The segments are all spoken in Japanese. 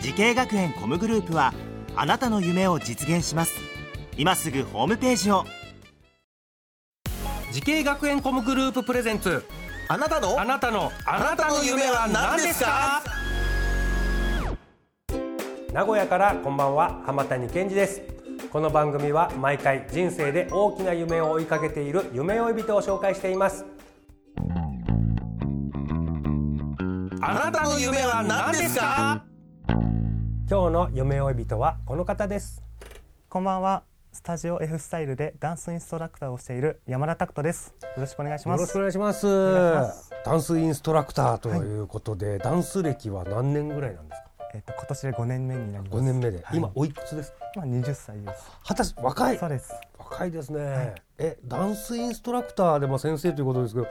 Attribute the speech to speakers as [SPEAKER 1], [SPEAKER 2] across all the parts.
[SPEAKER 1] 時系学園コムグループはあなたの夢を実現します今すぐホームページを
[SPEAKER 2] 時系学園コムグループプレゼンツ
[SPEAKER 3] あなたの
[SPEAKER 2] あなたのあなたの夢は何ですか名古屋からこんばんは浜谷健二ですこの番組は毎回人生で大きな夢を追いかけている夢追い人を紹介しています
[SPEAKER 3] あなたの夢は何ですか
[SPEAKER 2] 今日の夢追い人はこの方です
[SPEAKER 4] こんばんは。スタジオ F スタイルでダンスインストラクターをしている山田拓人です。よろしくお願いし
[SPEAKER 2] よ
[SPEAKER 4] ま
[SPEAKER 2] ろしくお
[SPEAKER 4] す。
[SPEAKER 2] 願いしますダンスインストラクターということで、ダンス歴は何年ぐらいなんですか
[SPEAKER 4] えっ、と今年で5年目になりま
[SPEAKER 2] 5
[SPEAKER 4] す。
[SPEAKER 2] 年目で、
[SPEAKER 4] はい
[SPEAKER 2] 今おいくつですか
[SPEAKER 4] まあ20歳です。
[SPEAKER 2] 二十歳若い
[SPEAKER 4] そうです。
[SPEAKER 2] 若いですね、えダンスインストラクターでも先生ということですけど、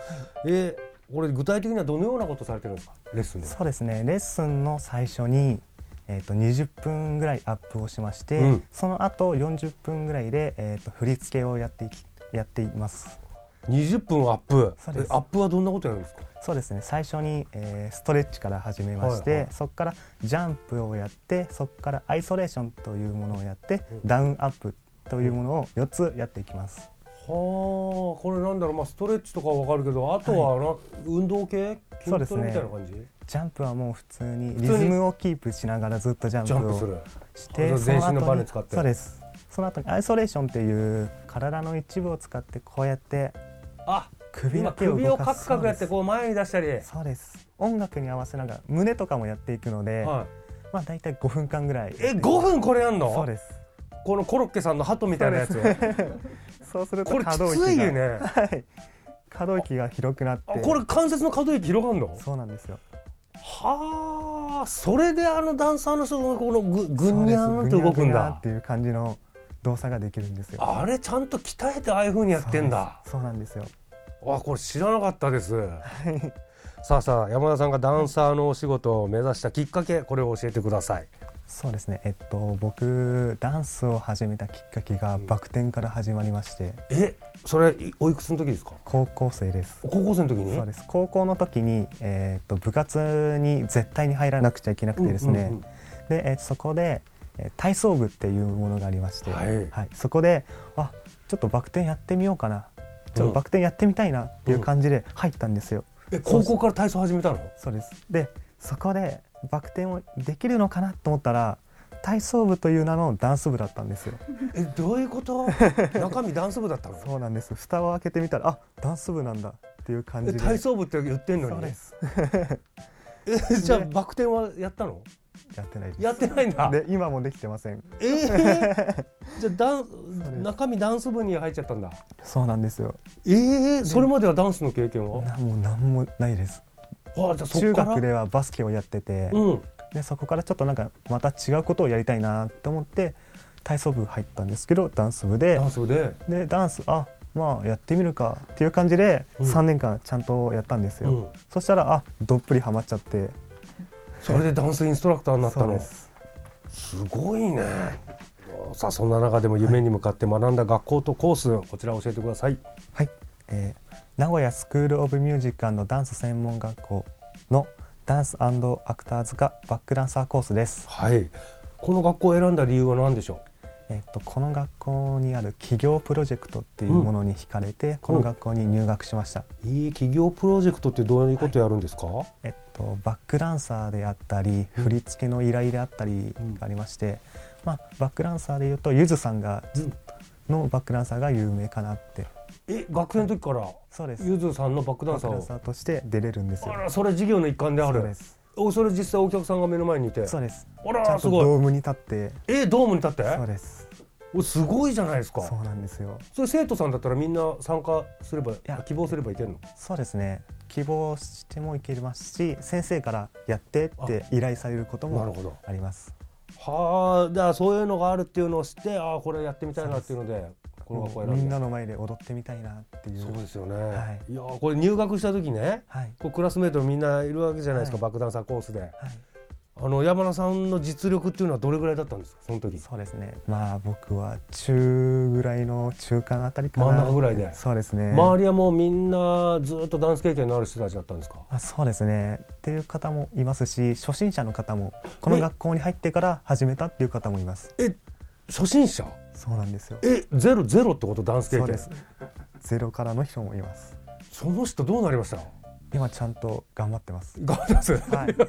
[SPEAKER 2] えこれ具体的にはどのようなことされてるんですかレッスンでは
[SPEAKER 4] そうですね。レッスンの最初に。えっと20分ぐらいアップをしまして、
[SPEAKER 2] うん
[SPEAKER 4] その後40分ぐらいで、えっと振り付けをやっていきやっています
[SPEAKER 2] 20分アップ
[SPEAKER 4] そうです
[SPEAKER 2] えアップはどんなことやるんですか
[SPEAKER 4] そうですね最初に、えーストレッチから始めまして、
[SPEAKER 2] はいはい
[SPEAKER 4] そこからジャンプをやってそこからアイソレーションというものをやって、ダウンアップというものを4つやっていきます
[SPEAKER 2] はあこれなんだろう、まあ、ストレッチとかはわかるけどあとはな、運動系
[SPEAKER 4] そ
[SPEAKER 2] 筋
[SPEAKER 4] うです
[SPEAKER 2] トレ
[SPEAKER 4] ね
[SPEAKER 2] みたいな感じ、
[SPEAKER 4] ジャンプはもう普通に
[SPEAKER 2] に
[SPEAKER 4] リズムをキープしながらずっとジャン
[SPEAKER 2] ジャン
[SPEAKER 4] プ
[SPEAKER 2] プする
[SPEAKER 4] をして
[SPEAKER 2] あ全身の
[SPEAKER 4] そ後に
[SPEAKER 2] バネ使って
[SPEAKER 4] そうですその後にアイソレーションっていう体の一部を使ってこうやって
[SPEAKER 2] あ
[SPEAKER 4] 首
[SPEAKER 2] 今
[SPEAKER 4] だけを
[SPEAKER 2] 首
[SPEAKER 4] 動
[SPEAKER 2] を
[SPEAKER 4] か
[SPEAKER 2] カ
[SPEAKER 4] す
[SPEAKER 2] クカクやってこう前に出したり、
[SPEAKER 4] そうです音楽に合わせながら胸とかもやっていくので、
[SPEAKER 2] は
[SPEAKER 4] まあ大体5分間ぐらい
[SPEAKER 2] い、え5分これやんの
[SPEAKER 4] そうです
[SPEAKER 2] このコロッケさんの鳩みたいなやつ
[SPEAKER 4] そうする
[SPEAKER 2] ことれ
[SPEAKER 4] 可
[SPEAKER 2] き
[SPEAKER 4] 動
[SPEAKER 2] つ
[SPEAKER 4] 域
[SPEAKER 2] い
[SPEAKER 4] が
[SPEAKER 2] よね
[SPEAKER 4] はい可動域が広くなっ
[SPEAKER 2] あ
[SPEAKER 4] て
[SPEAKER 2] これ関節の可動域広がるの
[SPEAKER 4] そうなんですよ
[SPEAKER 2] はあそれであのダンサーの人のこのぐぐにゃーんと動
[SPEAKER 4] そうです
[SPEAKER 2] く
[SPEAKER 4] ぐ
[SPEAKER 2] ん
[SPEAKER 4] にゃぐにゃっ
[SPEAKER 2] だ
[SPEAKER 4] ていう感じの動作ができるんですよ
[SPEAKER 2] あれちゃんと鍛えてああいう風にやってんだ
[SPEAKER 4] そうなんですよ
[SPEAKER 2] あこれ知らなかったですさあさあ山田さんがダンサーのお仕事を目指したきっかけこれを教えてください
[SPEAKER 4] そうですねえっと僕ダンスを始めたきっかけがバク転から始まりまして
[SPEAKER 2] えそれいおいくつの時ですか
[SPEAKER 4] 高校生です
[SPEAKER 2] 高校生の時に
[SPEAKER 4] そうです高校の時に、えっと部活に絶対に入らなくちゃいけなくてですね、
[SPEAKER 2] うんうんうん
[SPEAKER 4] で、えっとそこでえー体操部っていうものがありまして、
[SPEAKER 2] はい
[SPEAKER 4] そこであちょっとバク転やってみようかなちょっ
[SPEAKER 2] うん
[SPEAKER 4] とバク転やってみたいなっていう感じで入ったんですよ、
[SPEAKER 2] え高校から体操始めたの
[SPEAKER 4] そうですでそこでバク転をできるのかなと思ったら体操部という名のダンス部だったんですよ
[SPEAKER 2] えどういうこと 中身ダンス部だったの
[SPEAKER 4] そうなんです蓋を開けてみたらあダンス部なんだっていう感
[SPEAKER 2] え
[SPEAKER 4] じで
[SPEAKER 2] 体操部って言ってんの
[SPEAKER 4] そう
[SPEAKER 2] に
[SPEAKER 4] です
[SPEAKER 2] えじゃあバク転はやったの
[SPEAKER 4] やってないです
[SPEAKER 2] やってないんだ
[SPEAKER 4] で今もできてません
[SPEAKER 2] え ーじゃあダン中身ダンス部に入っちゃったんだ
[SPEAKER 4] そうなんですよ
[SPEAKER 2] えー、それまではダンスの経験は、
[SPEAKER 4] なもう何もないです
[SPEAKER 2] あじゃあそ
[SPEAKER 4] 中
[SPEAKER 2] っから
[SPEAKER 4] 学ではバスケをやってて、
[SPEAKER 2] うん
[SPEAKER 4] でそこからちょっとなんかまた違うことをやりたいなと思って体操部入ったんですけどダンス部で
[SPEAKER 2] ダンス部で、
[SPEAKER 4] でダンスあまあやってみるかっていう感じで
[SPEAKER 2] うん
[SPEAKER 4] 3年間ちゃんとやったんですよ、
[SPEAKER 2] うん
[SPEAKER 4] そしたらあどっぷりハマっちゃって
[SPEAKER 2] それでダンスインストラクターになった
[SPEAKER 4] そう
[SPEAKER 2] の
[SPEAKER 4] です
[SPEAKER 2] すごいねさあそんな中でも夢に向かって学んだ学校とコースこちら教えてください
[SPEAKER 4] はい、えー名古屋スクール・オブ・ミュージックダンス専門学校のダンスアクターズがバックダンサーコースです、
[SPEAKER 2] はいこの学校を選んだ理由は何でしょ
[SPEAKER 4] えっとこの学校にある企業プロジェクトっていうものに惹かれて、この学校に入学しました、
[SPEAKER 2] ういい企業プロジェクトってどういうことやるんですか、
[SPEAKER 4] えっと、バックダンサーであったり振り付けの依頼であったりがありまして、まあ、バックダンサーでいうとゆずさんがずのバックダンサーが有名かなって
[SPEAKER 2] え学生の時から
[SPEAKER 4] そうです
[SPEAKER 2] ゆずさんのバックダ
[SPEAKER 4] バッ
[SPEAKER 2] ンサー
[SPEAKER 4] クダン
[SPEAKER 2] を
[SPEAKER 4] サーとして出れるんですよ
[SPEAKER 2] あらそれ授業の一環である
[SPEAKER 4] そうです
[SPEAKER 2] おそれ実際お客さんが目の前にいて
[SPEAKER 4] そうです
[SPEAKER 2] あ
[SPEAKER 4] ちゃ
[SPEAKER 2] ら
[SPEAKER 4] ん
[SPEAKER 2] す
[SPEAKER 4] と
[SPEAKER 2] ご
[SPEAKER 4] ド
[SPEAKER 2] い
[SPEAKER 4] ームに立って
[SPEAKER 2] えドームに立って
[SPEAKER 4] そうです
[SPEAKER 2] おすごいじゃないですか
[SPEAKER 4] そうなんですよ
[SPEAKER 2] それ生徒さんだったらみんな参加すれば
[SPEAKER 4] や
[SPEAKER 2] 希望すればいけるの
[SPEAKER 4] そうですね希望してもいけますし先生からやってって依頼されること
[SPEAKER 2] なる
[SPEAKER 4] も
[SPEAKER 2] ほど
[SPEAKER 4] あります
[SPEAKER 2] はあだからそういうのがあるっていうのを知ってああこれやってみたいなっていうのでこの学校選んで
[SPEAKER 4] みんなの前で踊ってみたいなっていう
[SPEAKER 2] そうですよね、、
[SPEAKER 4] はい
[SPEAKER 2] やーこれ入学した時ね
[SPEAKER 4] はい
[SPEAKER 2] こうクラスメートみんないるわけじゃないですか、爆弾サーコースで
[SPEAKER 4] はい
[SPEAKER 2] あの山田さんの実力っていうのはどれぐらいだったんですかその時
[SPEAKER 4] そうですねまあ僕は中ぐらいの中間あたりかな
[SPEAKER 2] 真ん中ぐらいで
[SPEAKER 4] そうですね
[SPEAKER 2] 周りはもうみんなずっとダンス経験のある人たちだったんですか
[SPEAKER 4] あそうですねっていう方もいますし初心者の方もこの
[SPEAKER 2] え
[SPEAKER 4] 学校に入ってから始めたっていう方もいます
[SPEAKER 2] え初心者
[SPEAKER 4] そうなんですよ
[SPEAKER 2] えゼロゼロってことダンス経
[SPEAKER 4] そう
[SPEAKER 2] 験
[SPEAKER 4] ですゼロからの人もいます
[SPEAKER 2] その人どうなりました
[SPEAKER 4] 今ちゃんと頑張ってます
[SPEAKER 2] 頑張ってます、
[SPEAKER 4] はいけど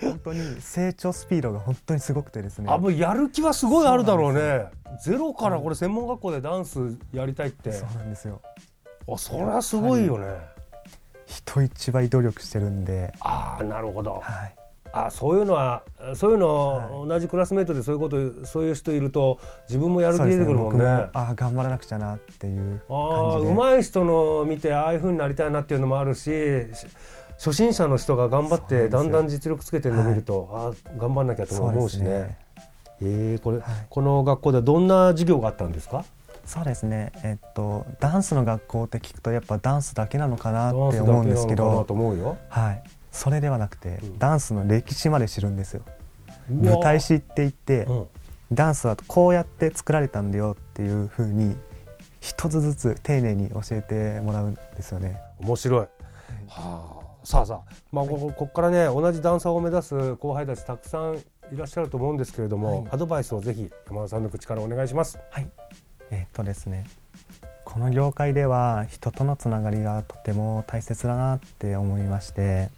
[SPEAKER 4] 本当に成長スピードが本当にすごくてですね
[SPEAKER 2] あもうやる気はすごいあるだろうねゼロからこれ専門学校でダンスやりたいって、
[SPEAKER 4] そうなんですよ
[SPEAKER 2] あそれはすごいよね、
[SPEAKER 4] 人一倍努力してるんで
[SPEAKER 2] ああなるほど
[SPEAKER 4] はい
[SPEAKER 2] あそういうのはそういうの、同じクラスメートでそういうことそういう人いると自分もやる気
[SPEAKER 4] そうで
[SPEAKER 2] 出
[SPEAKER 4] す
[SPEAKER 2] て
[SPEAKER 4] ね
[SPEAKER 2] くるもん
[SPEAKER 4] 僕
[SPEAKER 2] ね
[SPEAKER 4] もあ頑張らなくちゃなっていう
[SPEAKER 2] ああ
[SPEAKER 4] 感じで
[SPEAKER 2] 上手い人の見てああいう風になりたいなっていうのもあるしし初心者の人が頑張っ
[SPEAKER 4] そうなん
[SPEAKER 2] て
[SPEAKER 4] ですよ
[SPEAKER 2] だんだん実力つけてるの見ると、ああ頑張んなきゃとも思うしね
[SPEAKER 4] そうですね
[SPEAKER 2] えーこれ、
[SPEAKER 4] はい
[SPEAKER 2] この学校ではどんな授業があったんですか
[SPEAKER 4] そうですねえっとダンスの学校って聞くとやっぱダンスだけなのかな
[SPEAKER 2] ダ
[SPEAKER 4] っ
[SPEAKER 2] ンス
[SPEAKER 4] て
[SPEAKER 2] だけ
[SPEAKER 4] 思うんで
[SPEAKER 2] な
[SPEAKER 4] す
[SPEAKER 2] の
[SPEAKER 4] け
[SPEAKER 2] かな
[SPEAKER 4] ど
[SPEAKER 2] と思うよ
[SPEAKER 4] はいそれではなくて、
[SPEAKER 2] ん
[SPEAKER 4] ダンスの歴史まで知るんですよ
[SPEAKER 2] うわ
[SPEAKER 4] 舞台史って言って、
[SPEAKER 2] うん
[SPEAKER 4] ダンスはこうやって作られたんだよっていう風に一つずつ丁寧に教えてもらうんですよね
[SPEAKER 2] 面白い、はあ、さあさあ、まあ、こここっからね同じダンサーを目指す後輩たちたくさんいらっしゃると思うんですけれども、アドバイスをぜひ山田さんの口からお願いします。
[SPEAKER 4] はいえっとですねこの業界では人とのつながりがとても大切だなって思いまして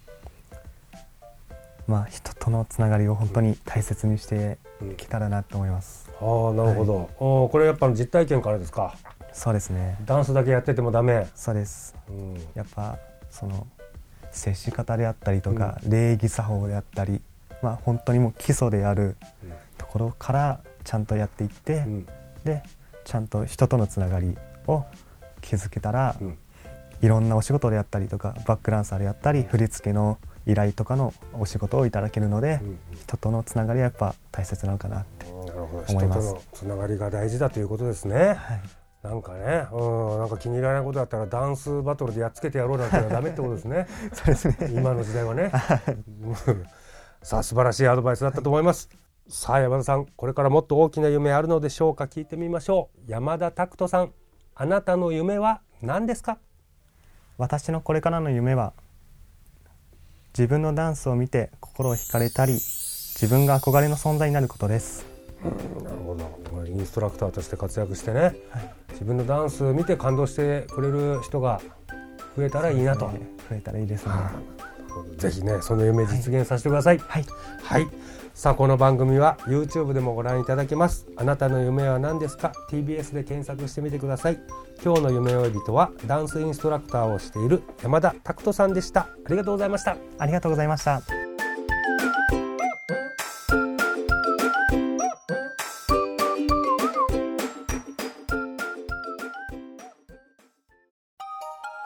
[SPEAKER 4] まあ人とのつながりを本当に大切にしていけたらなと思います、
[SPEAKER 2] ああなるほど、おーこれやっぱ実体験からですか
[SPEAKER 4] そうですね
[SPEAKER 2] ダンスだけやっててもダメ、
[SPEAKER 4] そうです
[SPEAKER 2] うん、
[SPEAKER 4] やっぱその接し方であったりとか、礼儀作法であったり、まあ、本当にもう基礎である
[SPEAKER 2] うん
[SPEAKER 4] ところからちゃんとやっていって、
[SPEAKER 2] うん
[SPEAKER 4] でちゃんと人とのつながりを築けたら、
[SPEAKER 2] うん
[SPEAKER 4] いろんなお仕事であったりとかバックダンサーであったり振り付けの依頼とかのお仕事をいただけるので、
[SPEAKER 2] うん
[SPEAKER 4] 人とのつながりはやっぱ大切なのかなって。
[SPEAKER 2] なるほど人
[SPEAKER 4] 思
[SPEAKER 2] と
[SPEAKER 4] います
[SPEAKER 2] のつながりが大事だということですね。
[SPEAKER 4] はい
[SPEAKER 2] なんかね、うん、なんか気に入らないことだったらダンスバトルでやっつけてやろうなんてのはダメってことですね。
[SPEAKER 4] そうですね
[SPEAKER 2] 今の時代はね。うん さあ素晴らしいアドバイスだったと思います。さあ山田さん、これからもっと大きな夢あるのでしょうか聞いてみましょう。山田拓人さん、あなたの夢は何ですか？
[SPEAKER 4] 私のこれからの夢は自分のダンスを見て心を惹かれたり自分が憧れの存在になることです
[SPEAKER 2] なるほど。インストラクターとして活躍してね、自分のダンス見て感動してくれる人が増えたらいいなと。
[SPEAKER 4] ね増えたらいいですね
[SPEAKER 2] ぜひねその夢実現させてください。はい、はいさあこの番組は YouTube でもご覧いただけます。あなたの夢は何ですか ?TBS で検索してみてください。今日の夢追い人はダンスインストラクターをしている山田拓人さんでした。ありがとうございました。
[SPEAKER 4] ありがとうございました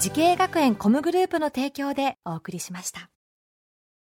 [SPEAKER 5] 時系学園コムグループの提供でお送りしました